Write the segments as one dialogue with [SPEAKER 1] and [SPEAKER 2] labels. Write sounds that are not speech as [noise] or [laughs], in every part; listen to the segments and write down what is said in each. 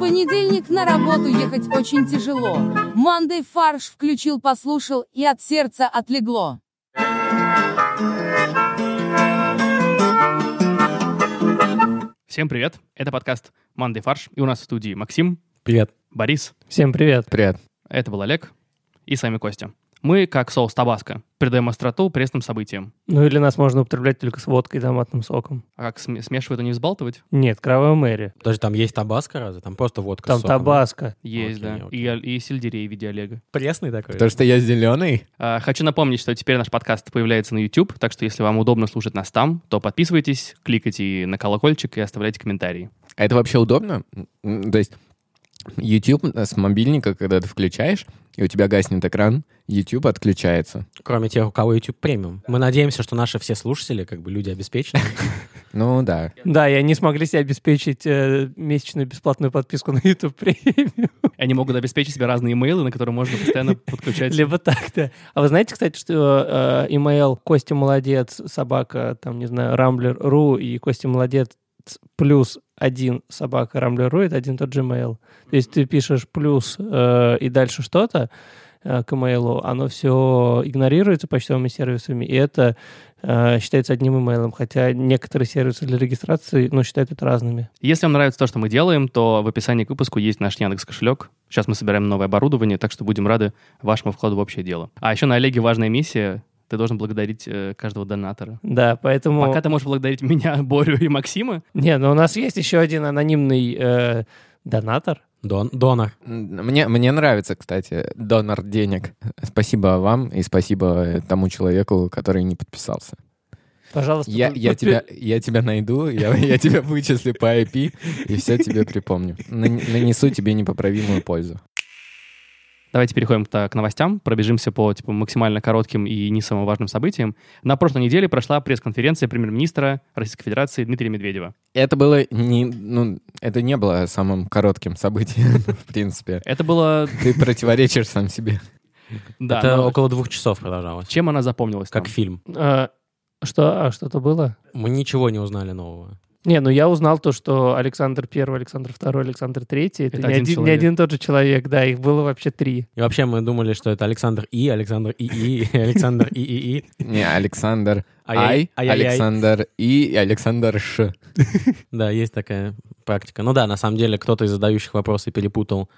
[SPEAKER 1] понедельник на работу ехать очень тяжело. Мандей фарш включил, послушал, и от сердца отлегло.
[SPEAKER 2] Всем привет, это подкаст «Манды фарш», и у нас в студии Максим,
[SPEAKER 3] Привет.
[SPEAKER 2] Борис,
[SPEAKER 4] Всем привет.
[SPEAKER 3] Привет.
[SPEAKER 2] это был Олег и с вами Костя. Мы, как соус табаско, придаем остроту пресным событиям.
[SPEAKER 4] Ну или нас можно употреблять только с водкой и томатным соком.
[SPEAKER 2] А как сме- смешивают и не взбалтывать?
[SPEAKER 4] Нет, кровавая Мэри.
[SPEAKER 3] Даже там есть табаска разве? Там просто водка
[SPEAKER 4] Там
[SPEAKER 3] с соком.
[SPEAKER 4] табаска.
[SPEAKER 2] Есть,
[SPEAKER 3] Окей,
[SPEAKER 2] да,
[SPEAKER 3] окей.
[SPEAKER 2] И, ол- и сельдерей в виде Олега.
[SPEAKER 3] Пресный такой.
[SPEAKER 5] Потому что я зеленый.
[SPEAKER 2] А, хочу напомнить, что теперь наш подкаст появляется на YouTube, так что если вам удобно слушать нас там, то подписывайтесь, кликайте на колокольчик и оставляйте комментарии. [laughs]
[SPEAKER 5] А это вообще удобно? М, То есть YouTube э, с мобильника, когда ты включаешь, и у тебя гаснет экран, YouTube отключается.
[SPEAKER 3] Кроме тех, у кого YouTube премиум. Мы надеемся, что наши все слушатели, как бы люди обеспечены.
[SPEAKER 5] Ну да.
[SPEAKER 4] Да, и они смогли себе обеспечить э, месячную бесплатную подписку на [laughs] YouTube премию.
[SPEAKER 2] И Они могут обеспечить себе разные имейлы, на которые можно
[SPEAKER 3] [laughs]
[SPEAKER 2] постоянно подключать.
[SPEAKER 4] Либо так, да. А вы знаете, кстати, что э, email Костя Молодец, собака, там, не знаю, Рамблер.ру и Костя Молодец плюс один собака Рамблер.ру — это один и тот же email. То есть ты пишешь плюс э, и дальше что-то э, к имейлу, оно все игнорируется почтовыми сервисами, и это э, считается одним имейлом, хотя некоторые сервисы для регистрации, ну, считают это разными.
[SPEAKER 2] Если вам нравится то, что мы делаем, то в описании к выпуску есть наш Яндекс кошелек. Сейчас мы собираем новое оборудование, так что будем рады вашему вкладу в общее дело. А еще на Олеге важная миссия. Ты должен благодарить э, каждого донатора.
[SPEAKER 4] Да, поэтому...
[SPEAKER 2] Пока ты можешь благодарить меня, [laughs] Борю и Максима.
[SPEAKER 4] Не, но у нас есть еще один анонимный э, донатор.
[SPEAKER 3] Дон, донор.
[SPEAKER 5] М, Мне, мне нравится, кстати, донор денег. Спасибо вам и спасибо э, тому человеку, который не подписался.
[SPEAKER 4] Пожалуйста,
[SPEAKER 5] Я, я,
[SPEAKER 4] подпи-
[SPEAKER 5] тебя, я тебя найду, я, я тебя вычислю по IP и все тебе припомню. Нан- Нанесу тебе непоправимую пользу.
[SPEAKER 2] Давайте переходим так, к новостям, пробежимся по типа, максимально коротким и не самым важным событиям. На прошлой неделе прошла пресс-конференция премьер-министра Российской Федерации Дмитрия Медведева.
[SPEAKER 5] Это было не, ну, это не было самым коротким событием, [laughs] в принципе.
[SPEAKER 2] Это было...
[SPEAKER 5] Ты противоречишь сам себе.
[SPEAKER 2] Да,
[SPEAKER 3] Это
[SPEAKER 2] но
[SPEAKER 3] около двух часов продолжалось.
[SPEAKER 2] чем она запомнилась?
[SPEAKER 3] Как
[SPEAKER 2] нам?
[SPEAKER 3] фильм.
[SPEAKER 4] А, что, а что-то было?
[SPEAKER 3] Мы ничего не узнали нового.
[SPEAKER 4] Не, ну я узнал то, что Александр Первый, Александр Второй, Александр Третий. Это,
[SPEAKER 2] Это
[SPEAKER 4] не,
[SPEAKER 2] один
[SPEAKER 4] один, не
[SPEAKER 2] человек.
[SPEAKER 4] один тот же человек, да, их было вообще три.
[SPEAKER 3] И вообще мы думали, что это Александр И, Александр И, И, [laughs] Александр И, И, И.
[SPEAKER 5] Не, Александр
[SPEAKER 3] Ай-яй,
[SPEAKER 5] Ай,
[SPEAKER 3] ай-яй-яй.
[SPEAKER 5] Александр И и Александр Ш.
[SPEAKER 3] Да, есть такая практика. Ну да, на самом деле кто-то из задающих вопросы перепутал.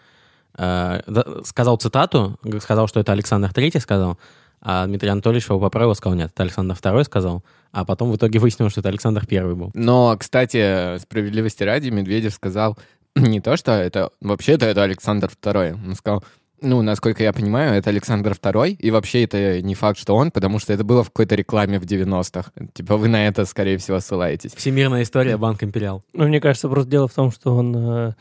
[SPEAKER 3] э, да, Сказал цитату, г- сказал, что это Александр Третий сказал, а Дмитрий Анатольевич его поправил, сказал, нет, это Александр Второй сказал, а потом в итоге выяснилось, что это Александр Первый был.
[SPEAKER 5] Но, кстати, справедливости ради, Медведев сказал не то, что это... Вообще-то это Александр Второй. Он сказал, ну, насколько я понимаю, это Александр Второй, и вообще это не факт, что он, потому что это было в какой-то рекламе в 90-х. Типа вы на это, скорее всего, ссылаетесь.
[SPEAKER 3] Всемирная история, Банк Империал.
[SPEAKER 4] Ну, мне кажется, просто дело в том, что он, э,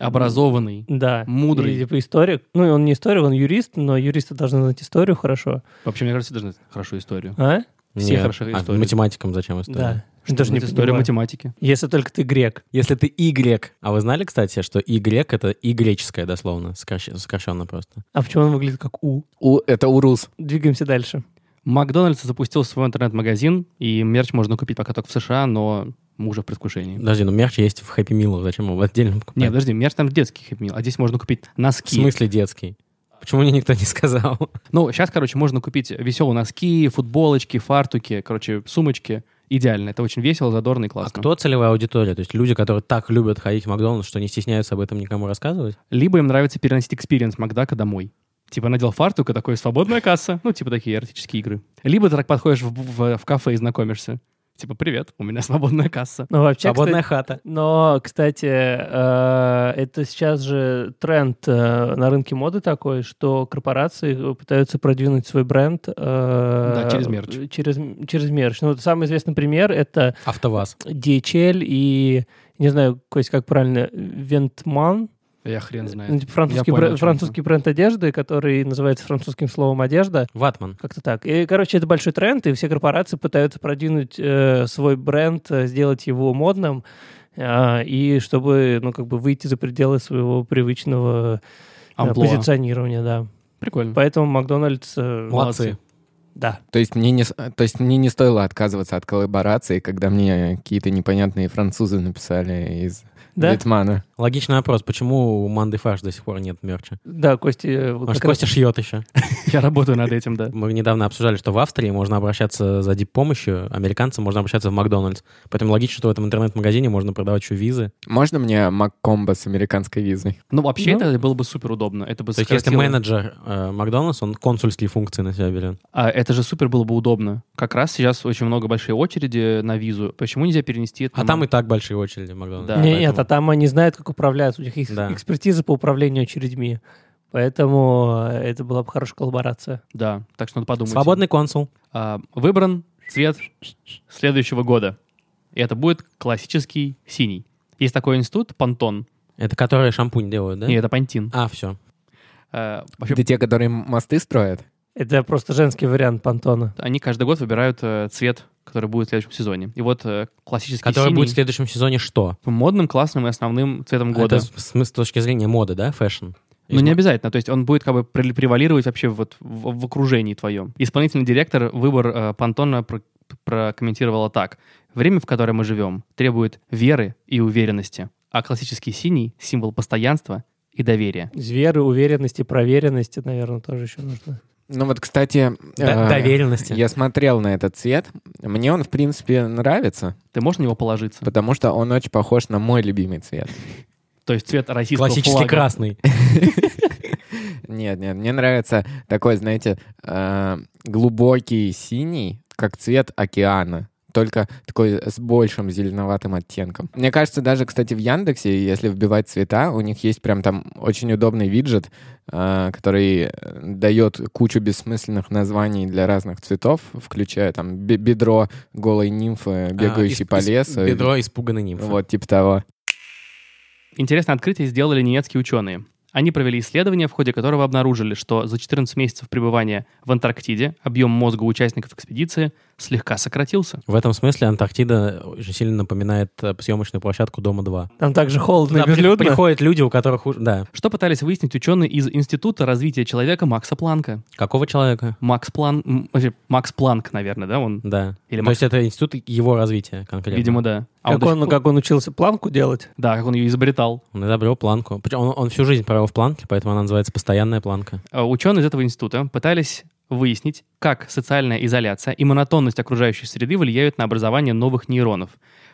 [SPEAKER 2] Образованный.
[SPEAKER 4] да,
[SPEAKER 2] Мудрый.
[SPEAKER 4] и, типа историк. Ну, и он не историк, он юрист, но юристы должны знать историю хорошо.
[SPEAKER 2] Вообще, мне кажется, должны хорошую историю.
[SPEAKER 4] А?
[SPEAKER 2] Все
[SPEAKER 3] Нет.
[SPEAKER 2] хорошие
[SPEAKER 3] А
[SPEAKER 2] истории.
[SPEAKER 3] математикам зачем история?
[SPEAKER 4] Да. Даже не
[SPEAKER 2] Знать историю
[SPEAKER 4] понимаю.
[SPEAKER 2] математики.
[SPEAKER 4] Если только ты грек.
[SPEAKER 3] Если ты Y, а вы знали, кстати, что Y это и греческое дословно, сокращенно, сокращенно просто.
[SPEAKER 4] А почему он выглядит как У?
[SPEAKER 5] У, это Урус.
[SPEAKER 4] Двигаемся дальше.
[SPEAKER 2] Макдональдс запустил свой интернет-магазин, и мерч можно купить пока только в США, но мы уже в предвкушении.
[SPEAKER 3] Подожди, ну мерч есть в Хэппи Милу, зачем его отдельно покупать?
[SPEAKER 2] Нет, подожди, мерч там детский Happy Meal, а здесь можно купить
[SPEAKER 3] в
[SPEAKER 2] носки.
[SPEAKER 3] смысле детский? Почему мне никто не сказал?
[SPEAKER 2] Ну, сейчас, короче, можно купить веселые носки, футболочки, фартуки, короче, сумочки. Идеально, это очень весело, задорно и
[SPEAKER 3] А
[SPEAKER 2] классно.
[SPEAKER 3] кто целевая аудитория? То есть люди, которые так любят ходить в Макдональдс, что не стесняются об этом никому рассказывать?
[SPEAKER 2] Либо им нравится переносить экспириенс Макдака домой. Типа надел фартук, и такой свободная касса. Ну, типа такие эротические игры. Либо ты так подходишь в, в- в кафе и знакомишься. Типа, привет, у меня [laughs] свободная касса.
[SPEAKER 4] Но Ну, вообще, кстати,
[SPEAKER 3] Свободная хата.
[SPEAKER 4] Но, кстати, э, это сейчас же тренд э, на рынке моды такой, что корпорации э, пытаются продвинуть свой бренд э,
[SPEAKER 2] через мерч.
[SPEAKER 4] Через, через мерч. Ну, вот самый известный пример — это
[SPEAKER 3] Автоваз.
[SPEAKER 4] DHL и, не знаю, Кость, как правильно, Вентман.
[SPEAKER 2] Я хрен
[SPEAKER 4] Ну,
[SPEAKER 2] знает.
[SPEAKER 4] типа Французский,
[SPEAKER 2] Я понял, о
[SPEAKER 4] бре-
[SPEAKER 2] чем
[SPEAKER 4] французский бренд одежды, который называется французским словом «одежда».
[SPEAKER 3] Ватман.
[SPEAKER 4] Как-то так. И, короче, это большой тренд, и все корпорации пытаются продвинуть э, свой бренд, э, сделать его модным, а, и чтобы, ну, как бы выйти за пределы своего привычного э,
[SPEAKER 2] Амплуа.
[SPEAKER 4] позиционирования, да.
[SPEAKER 2] Прикольно.
[SPEAKER 4] Поэтому Макдональдс... э,
[SPEAKER 3] Молодцы.
[SPEAKER 4] Да.
[SPEAKER 5] То есть, мне не, с- то есть мне не стоило отказываться от коллаборации, когда мне какие-то непонятные французы написали из
[SPEAKER 4] Да?
[SPEAKER 5] Литмана.
[SPEAKER 3] Логичный вопрос. Почему у Манды Фаш до сих пор нет мерча?
[SPEAKER 4] Да, Костя... э, вот
[SPEAKER 3] Может,
[SPEAKER 4] как раз-
[SPEAKER 3] Костя шьет еще?
[SPEAKER 2] Я работаю над этим, да.
[SPEAKER 3] Мы недавно обсуждали, что в Австрии можно обращаться за дип-помощью, американцам можно обращаться в Макдональдс. Поэтому логично, что в этом интернет-магазине можно продавать еще визы.
[SPEAKER 5] Можно мне маккомбо с американской визой?
[SPEAKER 2] Ну, вообще,
[SPEAKER 4] Ну.
[SPEAKER 2] это было бы супер удобно. Это бы
[SPEAKER 3] То есть если
[SPEAKER 2] сократило-
[SPEAKER 3] менеджер э, Макдональдс, он консульские функции на себя берет.
[SPEAKER 2] А это же супер было бы удобно. Как раз сейчас очень много большой очереди на визу. Почему нельзя перенести это?
[SPEAKER 3] А
[SPEAKER 2] на-
[SPEAKER 3] там и так большие очереди в Макдональдс.
[SPEAKER 2] Да,
[SPEAKER 4] Не-
[SPEAKER 3] поэтому-
[SPEAKER 4] Нет, а там они знают, как управляются. У них их-
[SPEAKER 3] Да.
[SPEAKER 4] экспертиза по управлению очередьми. Поэтому э, это была бы хорошая коллаборация.
[SPEAKER 2] Да, так что надо подумать.
[SPEAKER 3] Свободный консул.
[SPEAKER 2] А, выбран цвет следующего года. И это будет классический синий. Есть такой институт, Пантон.
[SPEAKER 3] Это которые шампунь делают, да?
[SPEAKER 2] Не, это Пантин.
[SPEAKER 3] А, все.
[SPEAKER 2] А, вообще,
[SPEAKER 5] Это те, которые мосты строят?
[SPEAKER 4] Это просто женский вариант понтона.
[SPEAKER 2] они каждый год выбирают э, цвет, который будет в следующем сезоне. И вот э, классический
[SPEAKER 3] Который
[SPEAKER 2] синий
[SPEAKER 3] будет в следующем сезоне что?
[SPEAKER 2] модным, классным и основным цветом года.
[SPEAKER 3] Это с, с- с точки зрения моды, да, фэшн?
[SPEAKER 2] Ну, не обязательно. То есть он будет как бы прел- превалировать вообще вот в, в окружении твоем. Исполнительный директор выбор э, Пантона про- прокомментировала так. Время, в которое мы живем, требует веры и уверенности, а классический синий — символ постоянства и доверия.
[SPEAKER 4] Зверы, уверенности, проверенности, наверное, тоже еще нужно.
[SPEAKER 5] Ну вот, кстати...
[SPEAKER 3] Д-
[SPEAKER 5] э,
[SPEAKER 3] доверенности.
[SPEAKER 5] Я смотрел на этот цвет. Мне он, в принципе, нравится,
[SPEAKER 2] Ты можешь на него положиться?
[SPEAKER 5] потому что он очень похож на мой любимый цвет.
[SPEAKER 2] То есть цвет российского
[SPEAKER 3] Классический
[SPEAKER 2] флага.
[SPEAKER 3] [laughs] красный.
[SPEAKER 5] Нет, нет, мне нравится такой, знаете, э, глубокий синий, как цвет океана. Только такой с большим зеленоватым оттенком. Мне кажется, даже, кстати, в Яндексе, если вбивать цвета, у них есть прям там очень удобный виджет, э, который э, дает кучу бессмысленных названий для разных цветов, включая там бе- бедро голой нимфы, бегающей
[SPEAKER 3] А,
[SPEAKER 5] по
[SPEAKER 3] исп-
[SPEAKER 5] лесу.
[SPEAKER 3] Бедро испуганной нимфы.
[SPEAKER 5] Вот, типа того.
[SPEAKER 2] Интересное открытие сделали немецкие ученые. Они провели исследование, в ходе которого обнаружили, что за 14 месяцев пребывания в Антарктиде объем мозга участников экспедиции слегка сократился.
[SPEAKER 3] В этом смысле Антарктида очень сильно напоминает э, съемочную площадку «Дома-2».
[SPEAKER 4] Там также холодно
[SPEAKER 3] Туда
[SPEAKER 4] Ну, и
[SPEAKER 3] при-
[SPEAKER 4] безлюдно.
[SPEAKER 3] приходят люди, у которых... уж- Да.
[SPEAKER 2] Что пытались выяснить ученые из Института развития человека Макса Планка.
[SPEAKER 3] Какого человека?
[SPEAKER 2] Макс План... м, вообще, Макс Планк, наверное, да? Он,
[SPEAKER 3] Да.
[SPEAKER 2] Или
[SPEAKER 3] То
[SPEAKER 2] Макс-
[SPEAKER 3] есть это институт его развития конкретно.
[SPEAKER 2] видимо, да. А
[SPEAKER 4] Как
[SPEAKER 2] до сих
[SPEAKER 4] он,
[SPEAKER 2] пор-
[SPEAKER 4] как он учился планку делать?
[SPEAKER 2] Да, как он ее изобретал.
[SPEAKER 3] Он изобрел планку. Причем он, он всю жизнь провел в планке, поэтому она называется «Постоянная планка».
[SPEAKER 2] Э, Ученые из этого института пытались выяснить, как социальная изоляция и монотонность окружающей среды влияют на образование новых нейронов.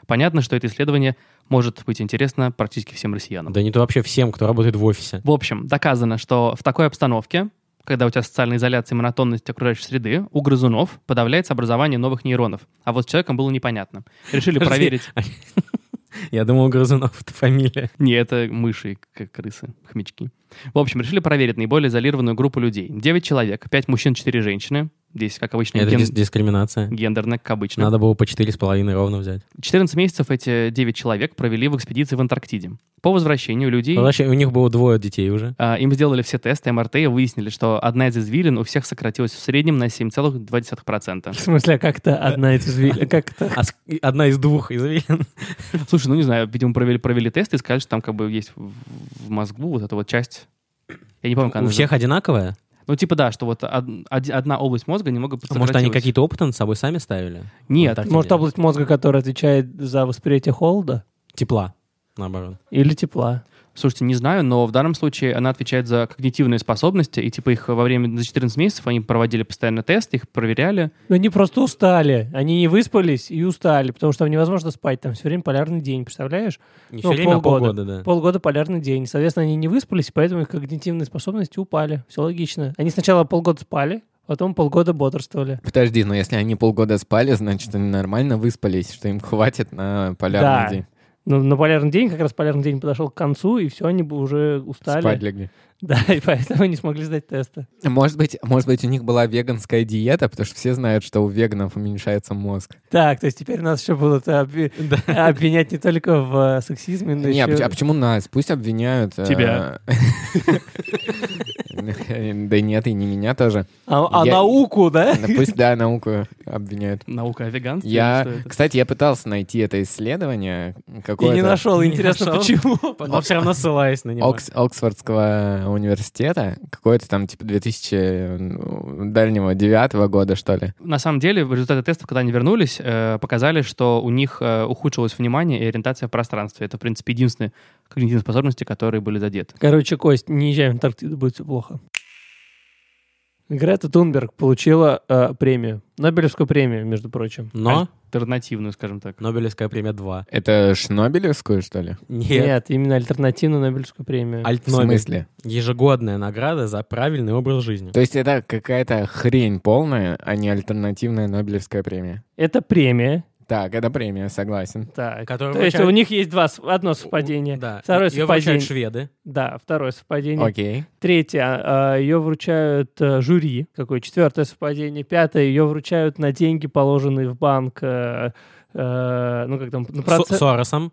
[SPEAKER 2] Понятно, что это исследование может быть интересно практически всем россиянам.
[SPEAKER 3] Да не то вообще всем, кто работает в офисе.
[SPEAKER 2] В общем, доказано, что в такой обстановке, когда у тебя социальная изоляция и монотонность окружающей среды, у грызунов подавляется образование новых нейронов. А вот с человеком было непонятно. Решили
[SPEAKER 3] Подожди.
[SPEAKER 2] проверить.
[SPEAKER 3] Я думал, Грызунов — это фамилия.
[SPEAKER 2] Не, это мыши, как крысы, хомячки. В общем, решили проверить наиболее изолированную группу людей. 9 человек, 5 мужчин, 4 женщины. Здесь, как обычно,
[SPEAKER 3] Это
[SPEAKER 2] ген-
[SPEAKER 3] дис- дискриминация.
[SPEAKER 2] гендерно, как обычно.
[SPEAKER 3] Надо было по четыре с половиной ровно взять.
[SPEAKER 2] 14 месяцев эти 9 человек провели в экспедиции в Антарктиде. По возвращению людей...
[SPEAKER 3] Ну, Вообще, у них было двое детей уже.
[SPEAKER 2] а, Им сделали все тесты, МРТ, и выяснили, что одна из извилин у всех сократилась в среднем на 7,2%.
[SPEAKER 4] [laughs] [laughs] В смысле, а как-то одна из [laughs] извилин- как-то
[SPEAKER 3] А с- и одна из двух извилин.
[SPEAKER 2] Слушай, ну не знаю, видимо, провели, провели тесты и сказали, что там как бы есть в в мозгу вот эта вот часть... Я не
[SPEAKER 4] Ну,
[SPEAKER 2] помню, как
[SPEAKER 3] У
[SPEAKER 2] она
[SPEAKER 3] всех одинаковая?
[SPEAKER 2] Ну, типа, да, что вот од- од- одна область мозга немного
[SPEAKER 3] А Может, они
[SPEAKER 2] сократилась.
[SPEAKER 3] какие-то опыты над собой сами ставили?
[SPEAKER 2] Нет,
[SPEAKER 3] В Антарктиде?
[SPEAKER 4] Может, область мозга, которая отвечает за восприятие холода
[SPEAKER 3] Тепла, наоборот.
[SPEAKER 4] или тепла.
[SPEAKER 2] Слушайте, не знаю, но в данном случае она отвечает за когнитивные способности, и типа их во время за 14 месяцев они проводили постоянно тесты, их проверяли.
[SPEAKER 4] Но они просто устали. Они не выспались и устали, потому что там невозможно спать. Там все время полярный день, представляешь?
[SPEAKER 3] Не
[SPEAKER 4] Ну,
[SPEAKER 3] все время, а
[SPEAKER 4] полгода.
[SPEAKER 3] полгода, да.
[SPEAKER 4] Полгода полярный день. Соответственно, они не выспались, поэтому их когнитивные способности упали. Все логично. Они сначала полгода спали, потом полгода бодрствовали.
[SPEAKER 5] Подожди, но если они полгода спали, значит, они нормально выспались, что им хватит на полярный
[SPEAKER 4] Да.
[SPEAKER 5] день.
[SPEAKER 4] Но на полярный день, как раз полярный день подошел к концу, и все, они бы уже устали.
[SPEAKER 5] Спать легли.
[SPEAKER 4] Да, [laughs] и поэтому не смогли сдать тесты.
[SPEAKER 5] Может быть, может быть, у них была веганская диета, потому что все знают, что у веганов уменьшается мозг.
[SPEAKER 4] Так, то есть теперь нас еще будут
[SPEAKER 3] [laughs]
[SPEAKER 4] обви- обвинять не только в э, сексизме, но
[SPEAKER 5] Не, а поч-
[SPEAKER 4] еще...
[SPEAKER 5] а почему нас? Пусть обвиняют. э,
[SPEAKER 2] Тебя.
[SPEAKER 5] [laughs] Да нет, и не меня тоже.
[SPEAKER 4] А, а
[SPEAKER 5] Я-
[SPEAKER 4] науку, да? [laughs]
[SPEAKER 5] Ну, Пусть, да, науку обвиняют.
[SPEAKER 2] Наука о веганстве. или
[SPEAKER 5] Я,
[SPEAKER 2] что это?
[SPEAKER 5] кстати, я пытался найти это исследование
[SPEAKER 4] И
[SPEAKER 5] какое-то
[SPEAKER 4] не нашел.
[SPEAKER 3] Не
[SPEAKER 4] Интересно,
[SPEAKER 3] нашел. [laughs]
[SPEAKER 4] почему?
[SPEAKER 3] Но все равно ссылаясь на него.
[SPEAKER 5] Окс- Оксфордского э, университета, какой-то там типа 2000 ну, дальнего девятого года, что ли.
[SPEAKER 2] На самом деле, в результате тестов, когда они вернулись, э, показали, что у них э, ухудшилось внимание и ориентация в пространстве. Это, в принципе, единственные когнитивные способности, которые были задеты.
[SPEAKER 4] Короче, Кость, не езжай в Антарктиду, будет все плохо. Грета Тунберг получила э, премию. Нобелевскую премию, между прочим.
[SPEAKER 3] Но
[SPEAKER 2] Альтернативную, скажем так.
[SPEAKER 3] Нобелевская премия 2.
[SPEAKER 5] Это Шнобелевскую, что ли?
[SPEAKER 3] Нет.
[SPEAKER 4] именно альтернативную Нобелевскую премию.
[SPEAKER 5] В
[SPEAKER 3] Альтнобель.
[SPEAKER 5] смысле?
[SPEAKER 3] Ежегодная награда за правильный образ жизни.
[SPEAKER 5] То есть это какая-то хрень полная, а не альтернативная Нобелевская премия.
[SPEAKER 4] Это премия.
[SPEAKER 5] Так, это премия, согласен.
[SPEAKER 4] Так.
[SPEAKER 3] Которую
[SPEAKER 4] То есть
[SPEAKER 3] вручают-
[SPEAKER 4] у них есть два, с- одно совпадение.
[SPEAKER 3] Да.
[SPEAKER 4] Второе
[SPEAKER 3] Её вручают
[SPEAKER 4] совпадение.
[SPEAKER 3] шведы.
[SPEAKER 4] Да, второе совпадение.
[SPEAKER 5] Окей.
[SPEAKER 4] Третье, а, ее вручают э, жюри. Какое четвертое совпадение. Пятое, ее вручают на деньги, положенные в банк. э, э, ну, как там, на,
[SPEAKER 3] Со-
[SPEAKER 4] проце-
[SPEAKER 3] Соросом.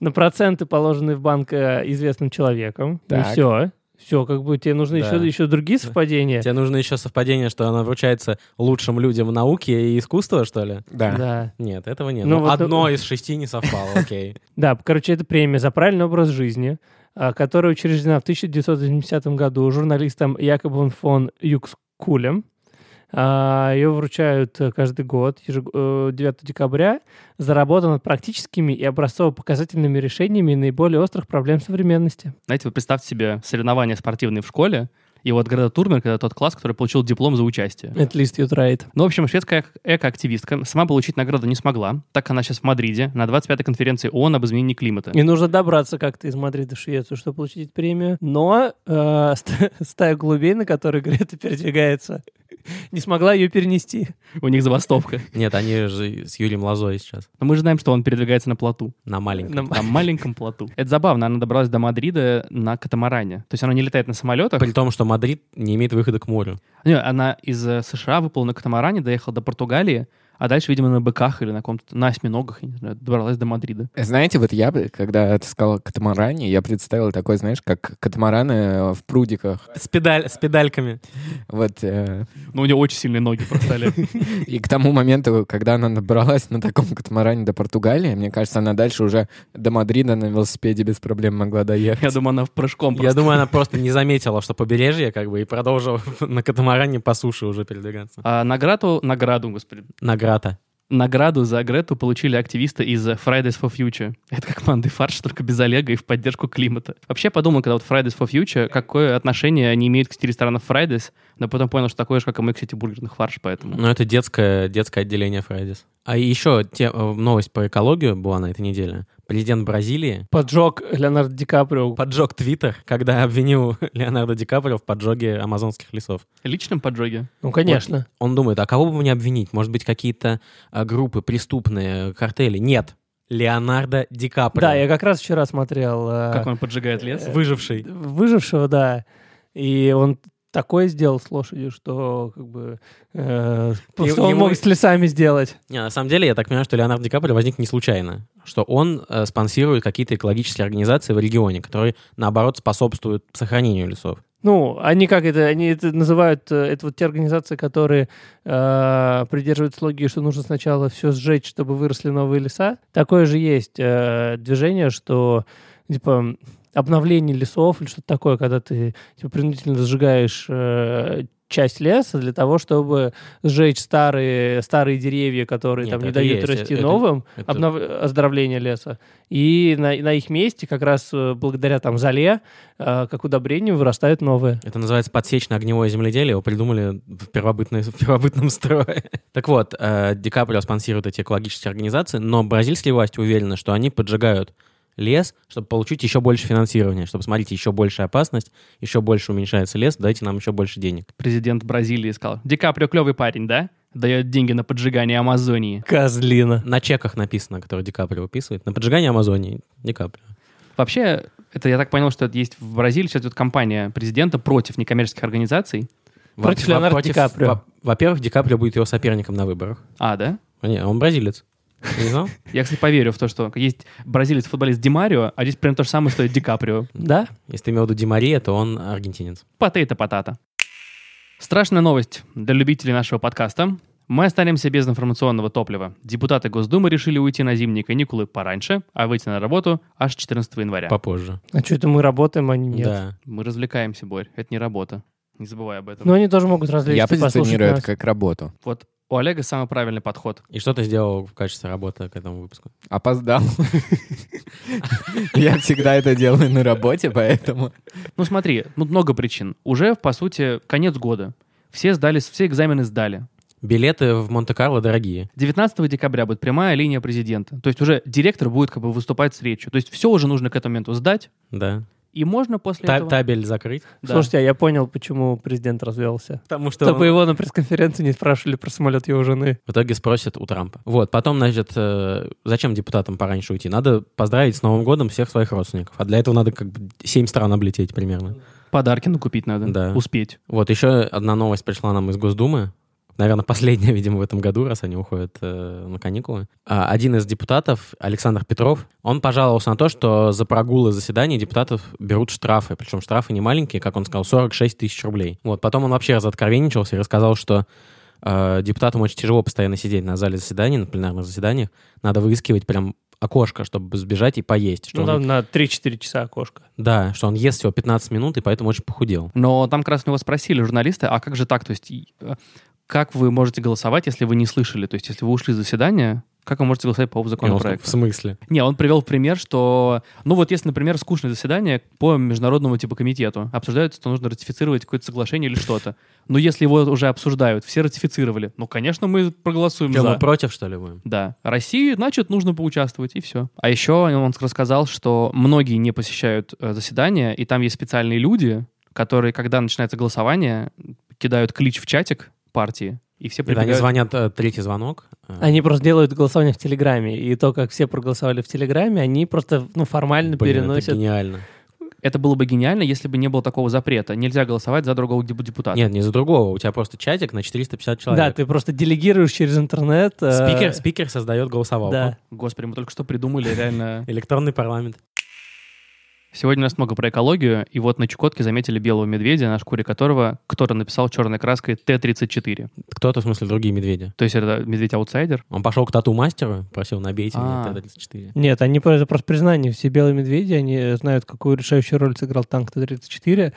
[SPEAKER 4] на проценты, положенные в банк э, известным человеком.
[SPEAKER 5] Так.
[SPEAKER 4] И все. Все, как бы тебе нужны
[SPEAKER 3] Да.
[SPEAKER 4] еще, еще другие совпадения.
[SPEAKER 3] Тебе нужно еще совпадение, что она вручается лучшим людям науки и искусства, что ли?
[SPEAKER 5] Да.
[SPEAKER 4] Да.
[SPEAKER 3] Нет, этого нет.
[SPEAKER 4] Ну
[SPEAKER 3] Ну,
[SPEAKER 4] вот,
[SPEAKER 3] одно
[SPEAKER 4] ну-
[SPEAKER 3] из шести не совпало, [laughs] окей.
[SPEAKER 4] Да, короче, это премия за правильный образ жизни, а, которая учреждена в 1980 году журналистом Якобом фон Юкскулем. А, Ее вручают э, каждый год, ежег- э, 9 декабря, заработана над практическими и образцово-показательными решениями наиболее острых проблем современности.
[SPEAKER 2] Знаете, вы представьте себе соревнования спортивные в школе, и вот Грета Турмер, это тот класс, который получил диплом за участие.
[SPEAKER 4] At least you tried.
[SPEAKER 2] Ну, в общем, шведская экоактивистка сама получить награду не смогла, так как она сейчас в Мадриде на 25-й конференции ООН об изменении климата.
[SPEAKER 4] И нужно добраться как-то из Мадрида в Швецию, чтобы получить эту премию. Но э, [laughs] ст- стая голубей, на которой Грета передвигается, [laughs] не смогла ее перенести.
[SPEAKER 2] У них забастовка.
[SPEAKER 3] Нет, они же с Юрием Лозой сейчас.
[SPEAKER 2] Но мы же знаем, что он передвигается на плоту.
[SPEAKER 3] На маленьком.
[SPEAKER 4] На-
[SPEAKER 2] На маленьком плоту. [laughs] Это забавно, она добралась до Мадрида на катамаране. То есть она не летает на самолетах.
[SPEAKER 3] При том, что Мадрид не имеет выхода к морю.
[SPEAKER 2] Не, она из э, США выплыла на катамаране, доехала до Португалии, а дальше, видимо, на быках или на каком-то на осьминогах, я не знаю, добралась до Мадрида.
[SPEAKER 5] Знаете, вот я, бы, когда ты сказал катамаране, я представил такой, знаешь, как катамараны э, в прудиках.
[SPEAKER 3] С, педаль, с педальками.
[SPEAKER 5] Вот. э,
[SPEAKER 2] Но Ну, у нее очень сильные ноги [laughs] просто.
[SPEAKER 5] И к тому моменту, когда она набралась на таком катамаране до Португалии, мне кажется, она дальше уже до Мадрида на велосипеде без проблем могла доехать.
[SPEAKER 2] Я думаю, она в прыжком
[SPEAKER 3] Я
[SPEAKER 2] просто.
[SPEAKER 3] думаю, [laughs] она просто не заметила, что побережье, как бы, и продолжила [laughs] на катамаране по суше уже передвигаться.
[SPEAKER 2] А награду, награду, господи,
[SPEAKER 3] Награта.
[SPEAKER 2] награду за Грету получили активисты из Fridays for Future. Это как команды фарш, только без Олега и в поддержку климата. Вообще я подумал, когда вот Fridays for Future, какое отношение они имеют к стилю ресторанов Fridays, но потом понял, что такое же, как и мы к сети бургерных фарш, поэтому...
[SPEAKER 3] Но это детское, детское отделение Фрайдис. А еще те, э, новость по экологию была на этой неделе. Президент Бразилии
[SPEAKER 4] Поджог Леонардо Ди Каприо.
[SPEAKER 3] поджег Твиттер, когда обвинил [laughs] Леонардо Ди Каприо в поджоге амазонских лесов.
[SPEAKER 2] Личном поджоге?
[SPEAKER 4] Ну, конечно.
[SPEAKER 3] Он думает, а кого бы мне обвинить? Может быть, какие-то э, группы преступные, картели? Нет. Леонардо Ди Каприо.
[SPEAKER 4] Да, я как раз вчера смотрел э,
[SPEAKER 2] Как он поджигает лес?
[SPEAKER 3] Выживший.
[SPEAKER 4] выжившего, да. И он такое сделал с лошадью, что как бы э,
[SPEAKER 3] Е-
[SPEAKER 4] что он
[SPEAKER 3] ему-
[SPEAKER 4] мог с лесами сделать.
[SPEAKER 3] Не, на самом деле, я так понимаю, что Леонардо Ди Каприо возник не случайно, что он э, спонсирует какие-то экологические организации в регионе, которые, наоборот, способствуют сохранению лесов.
[SPEAKER 4] Ну, они как это, они это называют, э, это вот те организации, которые э, придерживаются логики, что нужно сначала все сжечь, чтобы выросли новые леса. Такое же есть э, движение, что типа обновление лесов или что-то такое, когда ты типа, принудительно сжигаешь э, часть леса для того, чтобы сжечь старые, старые деревья, которые
[SPEAKER 3] Нет,
[SPEAKER 4] там не
[SPEAKER 3] это
[SPEAKER 4] дают
[SPEAKER 3] есть,
[SPEAKER 4] расти
[SPEAKER 3] это-
[SPEAKER 4] новым,
[SPEAKER 3] это-
[SPEAKER 4] обнов- оздоровление леса. И на, на их месте как раз э, благодаря там зале, э, как удобрению, вырастают новые.
[SPEAKER 3] Это называется подсечно-огневое земледелие, его придумали в, первобытной- в первобытном строе. [laughs] Так вот, э, Ди Каприо спонсирует эти экологические организации, но бразильские власти уверены, что они поджигают лес, чтобы получить еще больше финансирования, чтобы, смотрите, еще больше опасность, еще больше уменьшается лес, дайте нам еще больше денег.
[SPEAKER 2] Президент Бразилии сказал, Ди Каприо клевый парень, да? Дает деньги на поджигание Амазонии.
[SPEAKER 4] Козлина.
[SPEAKER 3] На чеках написано, которые Ди Каприо выписывает, на поджигание Амазонии Ди Каприо.
[SPEAKER 2] Вообще, это я так понял, что это есть в Бразилии. Сейчас идет кампания президента против некоммерческих организаций.
[SPEAKER 3] Во-
[SPEAKER 4] Против
[SPEAKER 3] во-
[SPEAKER 4] Леонардо Ди Каприо.
[SPEAKER 3] во- Во-первых, Ди Каприо будет его соперником на выборах.
[SPEAKER 2] А, да?
[SPEAKER 3] А Не, он бразилец. Ты Не
[SPEAKER 4] [laughs]
[SPEAKER 3] знал?
[SPEAKER 2] Я, кстати, поверю в то, что есть бразилец-футболист Ди Марио, а здесь прям то же самое, что и Ди Каприо.
[SPEAKER 4] Да?
[SPEAKER 3] Если ты имел в виду Ди Мария, то он аргентинец.
[SPEAKER 2] Потейто-потата. Страшная новость для любителей нашего подкаста. Мы останемся без информационного топлива. Депутаты Госдумы решили уйти на зимние каникулы пораньше, а выйти на работу аж 14 января.
[SPEAKER 3] попозже.
[SPEAKER 4] А что это мы работаем, а они нет?
[SPEAKER 3] Да.
[SPEAKER 2] Мы развлекаемся, Борь, это не работа. Не забывай об этом.
[SPEAKER 4] Ну, они тоже могут развлечься,
[SPEAKER 5] Я позиционирую это
[SPEAKER 4] послушать нас.
[SPEAKER 5] как работу.
[SPEAKER 2] Вот у Олега самый правильный подход.
[SPEAKER 3] И что ты сделал в качестве работы к этому выпуску?
[SPEAKER 5] Опоздал. Я всегда это делаю на работе, поэтому...
[SPEAKER 2] Ну смотри, ну много причин. Уже, по сути, конец года. Все сдали, все экзамены сдали.
[SPEAKER 3] Билеты в Монте-Карло дорогие.
[SPEAKER 2] 19 декабря будет прямая линия президента. То есть уже директор будет как бы выступать с речью. То есть все уже нужно к этому моменту сдать.
[SPEAKER 3] Да.
[SPEAKER 2] И можно после
[SPEAKER 3] Та-
[SPEAKER 2] этого...
[SPEAKER 3] Табель закрыть.
[SPEAKER 2] Да.
[SPEAKER 4] Слушайте, а я понял, почему президент развелся.
[SPEAKER 3] Потому что
[SPEAKER 4] Чтобы его на пресс-конференции не спрашивали про самолет его жены.
[SPEAKER 3] В итоге спросят у Трампа. Вот, потом, значит, э, зачем депутатам пораньше уйти? Надо поздравить с Новым годом всех своих родственников. А для этого надо как бы 7 стран облететь примерно.
[SPEAKER 2] Подарки накупить надо.
[SPEAKER 3] Да.
[SPEAKER 2] Успеть.
[SPEAKER 3] Вот, еще одна новость пришла нам из Госдумы. Наверное, [laughs] последняя, видимо, в этом году, раз они уходят э, на каникулы. А, один из депутатов, Александр Петров, он пожаловался на то, что за прогулы заседаний депутатов берут штрафы. Причем штрафы не маленькие, как он сказал, 46 тысяч рублей. Вот, потом он вообще разоткровенничался и рассказал, что э, депутатам очень тяжело постоянно сидеть на зале заседаний, на пленарных заседаниях. Надо выискивать прям окошко, чтобы сбежать и поесть. Что
[SPEAKER 4] Ну,
[SPEAKER 3] он-
[SPEAKER 4] там на 3-4 часа окошко.
[SPEAKER 3] Да, что он ест всего 15 минут и поэтому очень похудел.
[SPEAKER 2] Но там как раз у него спросили журналисты, а как же так? То есть и, э, как вы можете голосовать, если вы не слышали? То есть если вы ушли с заседания, как вы можете голосовать по поводу
[SPEAKER 3] И он сказал,
[SPEAKER 2] законопроекта?
[SPEAKER 3] в смысле?
[SPEAKER 2] Не, он привел в пример, что... Ну вот если, например, скучное заседание по международному типа комитету, обсуждают, что нужно ратифицировать какое-то соглашение или что-то. Но если его уже обсуждают, все ратифицировали, ну, конечно, мы проголосуем
[SPEAKER 3] Что,
[SPEAKER 2] за.
[SPEAKER 3] мы против, что ли, будем?
[SPEAKER 2] Да. России, значит, нужно поучаствовать, и все. А еще он рассказал, что многие не посещают э, заседания, и там есть специальные люди, которые, когда начинается голосование, кидают клич в чатик партии, и все
[SPEAKER 3] Когда они
[SPEAKER 2] прибегают...
[SPEAKER 3] звонят э, третий звонок, э,
[SPEAKER 4] Они просто делают голосование в Телеграме. И то, как все проголосовали в Телеграме, они просто ну, формально
[SPEAKER 3] блин, это
[SPEAKER 4] переносят.
[SPEAKER 3] гениально.
[SPEAKER 2] Это было бы гениально, если бы не было такого запрета. Нельзя голосовать за другого деп- депутата.
[SPEAKER 3] Нет, не за другого. У тебя просто чатик на 450 человек.
[SPEAKER 4] Да, ты просто делегируешь через интернет. э,
[SPEAKER 3] Спикер, спикер создает голосовалку.
[SPEAKER 4] Да.
[SPEAKER 2] Господи, мы только что придумали, реально.
[SPEAKER 3] Электронный парламент.
[SPEAKER 2] Сегодня у нас много про экологию, и вот на Чукотке заметили белого медведя, на шкуре которого кто-то написал черной краской Т-34.
[SPEAKER 3] Кто-то, в смысле, другие медведи.
[SPEAKER 2] То есть это медведь-аутсайдер?
[SPEAKER 3] Он пошел к тату-мастеру, просил, набейте
[SPEAKER 2] А.
[SPEAKER 3] мне Т-34.
[SPEAKER 4] Нет, они про- это просто признание. Все белые медведи, они знают, какую решающую роль сыграл танк Т-34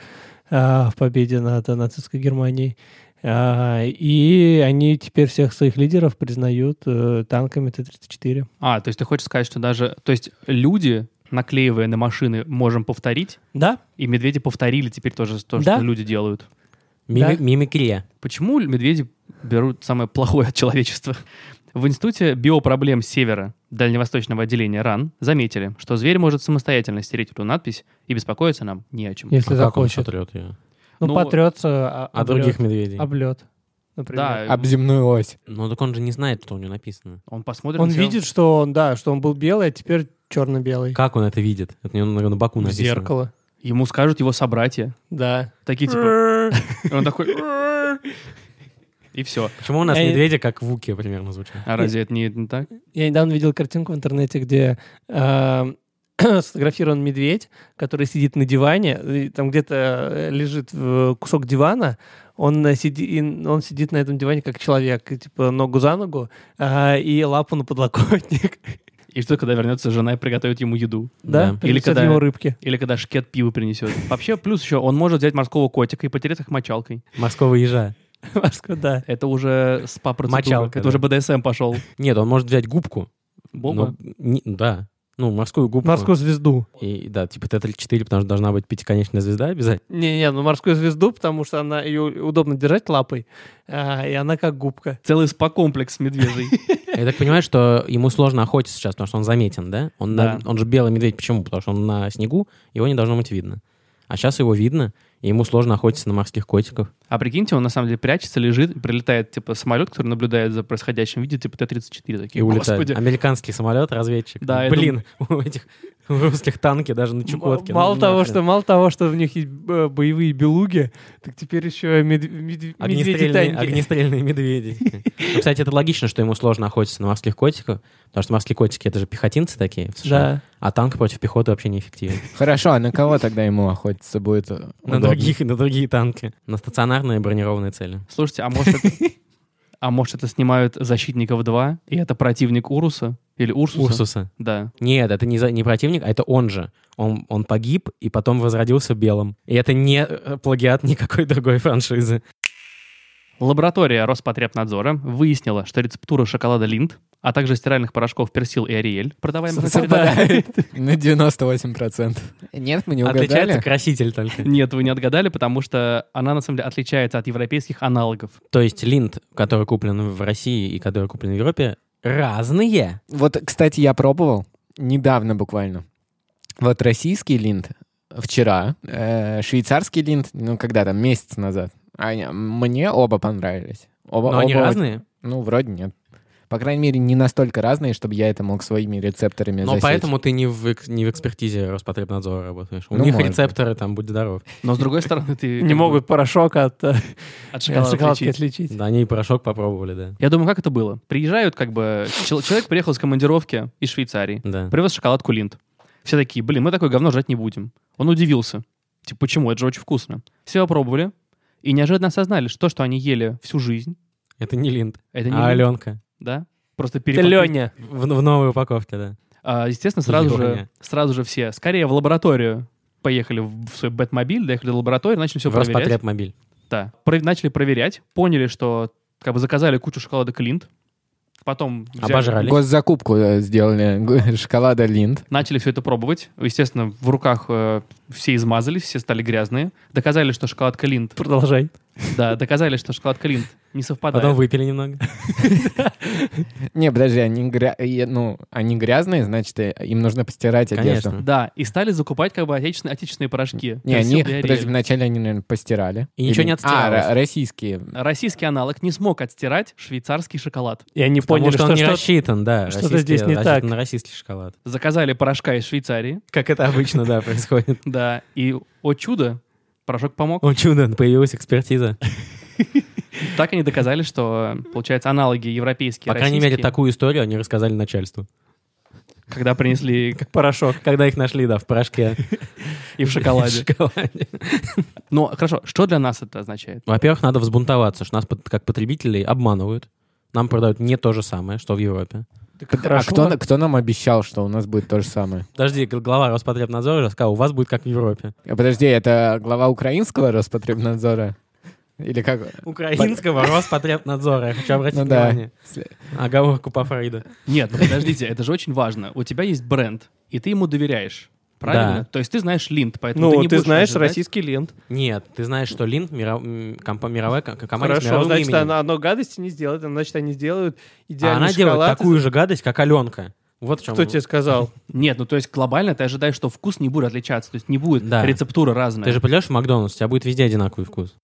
[SPEAKER 4] а, в победе над нацистской Германией. А, и они теперь всех своих лидеров признают э, танками Т-34.
[SPEAKER 2] А, то есть ты хочешь сказать, что даже... То есть люди, наклеивая на машины, можем повторить,
[SPEAKER 4] Да,
[SPEAKER 2] и медведи повторили теперь тоже то,
[SPEAKER 4] Да.
[SPEAKER 2] что люди делают.
[SPEAKER 3] Мими-
[SPEAKER 4] Да.
[SPEAKER 3] Мимикрия.
[SPEAKER 2] Почему медведи берут самое плохое от человечества? В Институте биопроблем Севера Дальневосточного отделения РАН заметили, что зверь может самостоятельно стереть эту надпись и беспокоиться нам не о чем.
[SPEAKER 4] если
[SPEAKER 3] а как он
[SPEAKER 4] захочет.
[SPEAKER 3] сотрет ее?
[SPEAKER 4] Ну,
[SPEAKER 2] Ну,
[SPEAKER 4] потрется, а,
[SPEAKER 3] А других медведей?
[SPEAKER 4] облет, например.
[SPEAKER 2] Да,
[SPEAKER 5] Об земную ось.
[SPEAKER 3] Ну, так он же не знает, что у него написано.
[SPEAKER 2] он посмотрит.
[SPEAKER 4] Он
[SPEAKER 2] на тебя.
[SPEAKER 4] видит, что он, да, что он был белый, а теперь черно-белый.
[SPEAKER 3] Как он это видит? Это у него на, на боку
[SPEAKER 4] В
[SPEAKER 3] написано.
[SPEAKER 4] зеркало.
[SPEAKER 2] Ему скажут его собратья.
[SPEAKER 4] Да.
[SPEAKER 2] Такие
[SPEAKER 3] [laughs]
[SPEAKER 2] типа... И он такой... И все.
[SPEAKER 3] Почему у нас
[SPEAKER 4] Я-
[SPEAKER 3] медведи как в Вуке примерно звучат?
[SPEAKER 2] А разве это не, не так?
[SPEAKER 4] Я недавно видел картинку в интернете, где э, [clears throat] сфотографирован медведь, который сидит на диване, и там где-то э, лежит э, кусок дивана, он, э, сиди, и он сидит на этом диване как человек, и, типа ногу за ногу а, и лапу на подлокотник. [laughs]
[SPEAKER 2] И что, когда вернется жена и приготовит ему еду?
[SPEAKER 4] Да?
[SPEAKER 2] Или
[SPEAKER 4] Принесет
[SPEAKER 2] когда-
[SPEAKER 4] ему рыбки. [laughs]
[SPEAKER 2] Или когда шкет пиво принесет. Вообще, плюс еще, он может взять морского котика и потереть их мочалкой.
[SPEAKER 3] Морского ежа.
[SPEAKER 4] Москва, да.
[SPEAKER 2] Это уже спа-процедура.
[SPEAKER 3] Мочалка,
[SPEAKER 2] Это
[SPEAKER 3] да.
[SPEAKER 2] уже БДСМ пошел.
[SPEAKER 3] Нет, он может взять губку.
[SPEAKER 2] Боба.
[SPEAKER 3] Ну, не- да. Ну, морскую губку.
[SPEAKER 4] Морскую звезду.
[SPEAKER 3] И да, типа Т-34, потому что должна быть пятиконечная звезда обязательно.
[SPEAKER 4] Не-не, ну морскую звезду, потому что она ее удобно держать лапой, а, и она как губка.
[SPEAKER 2] Целый спа-комплекс медвежий.
[SPEAKER 3] Я так понимаю, что ему сложно охотиться сейчас, потому что он заметен, да? Он, на-
[SPEAKER 2] Да.
[SPEAKER 3] он же белый медведь. Почему? Потому что он на снегу, его не должно быть видно. А сейчас его видно, и ему сложно охотиться на морских котиков.
[SPEAKER 2] А прикиньте, он на самом деле прячется, лежит, и прилетает, типа, самолет, который наблюдает за происходящим, видит, типа, Т-34.
[SPEAKER 3] И
[SPEAKER 2] Такие,
[SPEAKER 3] улетает.
[SPEAKER 2] господи,
[SPEAKER 3] Американский самолет, разведчик.
[SPEAKER 2] Да, я
[SPEAKER 3] Блин, [laughs] у этих у русских танки даже на Чукотке.
[SPEAKER 4] М- Мало
[SPEAKER 3] Ну,
[SPEAKER 4] того,
[SPEAKER 3] нахрен.
[SPEAKER 4] что мало того, что в них есть э, боевые белуги, так теперь еще мед- мед- медведи
[SPEAKER 3] Огнестрельные,
[SPEAKER 4] танки.
[SPEAKER 3] огнестрельные медведи. Ну, Кстати, это логично, что ему сложно охотиться на морских котиков, потому что морские котики — это же пехотинцы такие в США.
[SPEAKER 4] Да.
[SPEAKER 3] А танк против пехоты вообще неэффективен.
[SPEAKER 5] Хорошо, а на кого тогда ему охотиться будет
[SPEAKER 4] Ну
[SPEAKER 5] э,
[SPEAKER 3] [laughs] На
[SPEAKER 5] удобно?
[SPEAKER 3] других, на другие танки. На стационарные бронированные цели.
[SPEAKER 2] [laughs] Слушайте, а может это... А может, это снимают «Защитников 2», и это противник Уруса? Или Урсуса?
[SPEAKER 3] Урсуса.
[SPEAKER 2] Да.
[SPEAKER 3] Нет, это не, за- не противник, а это он же. Он, он погиб и потом возродился белым. И это не э, плагиат никакой другой франшизы.
[SPEAKER 2] Лаборатория Роспотребнадзора выяснила, что рецептура шоколада Линд, а также стиральных порошков Персил и Ариэль, продаваемых на территории...
[SPEAKER 5] На 98%. Нет, мы не
[SPEAKER 3] Отличается
[SPEAKER 5] угадали.
[SPEAKER 3] краситель только.
[SPEAKER 2] Нет, вы не отгадали, потому что она, на самом деле, отличается от европейских аналогов.
[SPEAKER 3] То есть линд, который куплен в России и который куплен в Европе, разные.
[SPEAKER 5] Вот, кстати, я пробовал недавно буквально. Вот российский линд вчера, э, швейцарский линд, ну, когда там, месяц назад. Они- мне оба понравились. Оба,
[SPEAKER 3] Но они
[SPEAKER 5] оба-
[SPEAKER 3] разные.
[SPEAKER 5] Ну, вроде нет. По крайней мере, не настолько разные, чтобы я это мог своими рецепторами
[SPEAKER 3] Но
[SPEAKER 5] засечь.
[SPEAKER 3] поэтому ты не в, эк- не в экспертизе Роспотребнадзора работаешь. У
[SPEAKER 5] Ну,
[SPEAKER 3] них
[SPEAKER 5] может
[SPEAKER 3] рецепторы там, будь здоров.
[SPEAKER 2] Но, с другой стороны, ты... как
[SPEAKER 4] Не
[SPEAKER 2] бы
[SPEAKER 4] могут порошок от э,
[SPEAKER 2] От
[SPEAKER 4] от
[SPEAKER 2] шоколада
[SPEAKER 4] шоколадки
[SPEAKER 2] отличить.
[SPEAKER 4] отличить.
[SPEAKER 3] Да, они и порошок попробовали, да.
[SPEAKER 2] Я думаю, как это было? Приезжают, как бы... чел- Человек приехал с командировки из Швейцарии.
[SPEAKER 3] Да.
[SPEAKER 2] Привез шоколадку Линд. Все такие, блин, мы такое говно жрать не будем. Он удивился. Типа, почему? Это же очень вкусно. Все попробовали и неожиданно осознали, что то, что они ели всю жизнь,
[SPEAKER 3] Это не линд,
[SPEAKER 2] это не
[SPEAKER 3] а
[SPEAKER 2] Линд,
[SPEAKER 3] Аленка.
[SPEAKER 2] да? Просто
[SPEAKER 4] Это
[SPEAKER 2] переподпи-
[SPEAKER 4] Леня.
[SPEAKER 3] В, в новой упаковке, да.
[SPEAKER 2] А, естественно, сразу же,
[SPEAKER 3] Лёня.
[SPEAKER 2] сразу же все скорее в лабораторию поехали в в свой Бэтмобиль, доехали до лаборатории, начали все
[SPEAKER 3] в
[SPEAKER 2] проверять.
[SPEAKER 3] Роспотребмобиль.
[SPEAKER 2] Да. Про- начали проверять, поняли, что как бы заказали кучу шоколада Клинт, потом взяли-
[SPEAKER 3] Обожрали.
[SPEAKER 5] Госзакупку э, сделали г- [laughs] шоколада линд.
[SPEAKER 2] начали все это пробовать. Естественно, в руках э, все измазались, все стали грязные. Доказали, что шоколадка Линд,
[SPEAKER 4] Продолжай.
[SPEAKER 2] да, доказали, что шоколадка Линд не совпадает.
[SPEAKER 3] Потом выпили немного.
[SPEAKER 5] Не, подожди, они, гря- э, ну, они грязные, значит, э, им нужно постирать
[SPEAKER 3] Конечно.
[SPEAKER 5] одежду.
[SPEAKER 2] Да, и стали закупать как бы отечественные, отечественные порошки.
[SPEAKER 5] Не,
[SPEAKER 2] Персил
[SPEAKER 5] они,
[SPEAKER 2] и Ариэль.
[SPEAKER 5] подожди, вначале они, наверное, постирали.
[SPEAKER 3] И ничего не отстиралось.
[SPEAKER 5] А, ро- российские.
[SPEAKER 2] Российский аналог не смог отстирать швейцарский шоколад.
[SPEAKER 4] И они
[SPEAKER 3] Потому
[SPEAKER 4] поняли,
[SPEAKER 3] что, он
[SPEAKER 4] что
[SPEAKER 3] не
[SPEAKER 4] что-
[SPEAKER 3] рассчитан, да.
[SPEAKER 4] что-то
[SPEAKER 3] российский-
[SPEAKER 4] здесь не
[SPEAKER 3] рассчитан
[SPEAKER 4] так.
[SPEAKER 3] на российский шоколад.
[SPEAKER 2] Заказали порошка из Швейцарии,
[SPEAKER 3] Как это обычно, да, происходит.
[SPEAKER 2] да, и, о чудо, порошок помог.
[SPEAKER 3] О, чудо, появилась экспертиза.
[SPEAKER 2] Так они доказали, что, получается, аналоги европейские,
[SPEAKER 3] По крайней мере,
[SPEAKER 2] российские,
[SPEAKER 3] такую историю они рассказали начальству.
[SPEAKER 2] когда принесли
[SPEAKER 4] порошок.
[SPEAKER 3] Когда их нашли, да, в порошке.
[SPEAKER 2] и в
[SPEAKER 3] В [laughs]
[SPEAKER 2] шоколаде.
[SPEAKER 3] шоколаде.
[SPEAKER 2] Но, хорошо, что для нас это означает?
[SPEAKER 3] Во-первых, надо взбунтоваться, что нас под- как потребителей обманывают. Нам продают не то же самое, что в Европе.
[SPEAKER 5] А кто, на- кто нам обещал, что у нас будет то же самое?
[SPEAKER 3] Подожди, г- глава Роспотребнадзора же сказал, у вас будет как в Европе.
[SPEAKER 5] Э, Подожди, это глава украинского Роспотребнадзора? Или как?
[SPEAKER 3] Украинского Роспотребнадзора, я хочу обратить
[SPEAKER 5] Ну да.
[SPEAKER 3] внимание. Оговорку по Фрейду.
[SPEAKER 2] Нет, ну подождите, это же очень важно. У тебя есть бренд, и ты ему доверяешь. Правильно?
[SPEAKER 3] Да.
[SPEAKER 2] То есть ты знаешь линд, поэтому ты
[SPEAKER 4] Ну,
[SPEAKER 2] не
[SPEAKER 4] ты
[SPEAKER 2] будешь
[SPEAKER 4] знаешь,
[SPEAKER 2] ожидать-
[SPEAKER 4] российский лент.
[SPEAKER 3] Нет, ты знаешь, что Линд, мира- м, компа- мировая ко- компания с
[SPEAKER 4] Хорошо,
[SPEAKER 3] мировым
[SPEAKER 4] значит,
[SPEAKER 3] именем.
[SPEAKER 4] она, оно гадости не сделает, значит, они сделают
[SPEAKER 3] А
[SPEAKER 4] идеальный
[SPEAKER 3] она делает
[SPEAKER 4] шоколад.
[SPEAKER 3] такую же гадость, как Аленка. Вот в чем.
[SPEAKER 4] Кто тебе сказал?
[SPEAKER 2] Нет, ну то есть глобально ты ожидаешь, что вкус не будет отличаться, то есть не будет
[SPEAKER 3] Да.
[SPEAKER 2] рецептура разная.
[SPEAKER 3] Ты же придешь в Макдональдс, у тебя будет везде одинаковый вкус.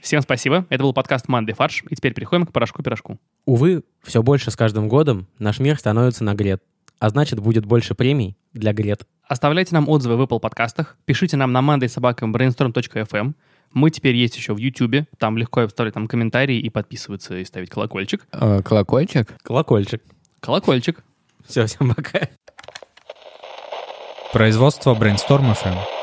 [SPEAKER 2] Всем спасибо. Это был подкаст «Манды фарш», и теперь переходим к порошку-пирожку.
[SPEAKER 3] Увы, все больше с каждым годом наш мир становится нагрет, а значит будет больше премий для грет.
[SPEAKER 2] Оставляйте нам отзывы в Apple подкастах, пишите нам на mandaysobakabrainstorm.fm. Мы теперь есть еще в YouTube, там легко оставлять нам комментарии и подписываться, и ставить колокольчик.
[SPEAKER 5] Э, Колокольчик?
[SPEAKER 3] Колокольчик.
[SPEAKER 2] Колокольчик.
[SPEAKER 3] Все, всем пока.
[SPEAKER 6] Производство Brainstorm FM.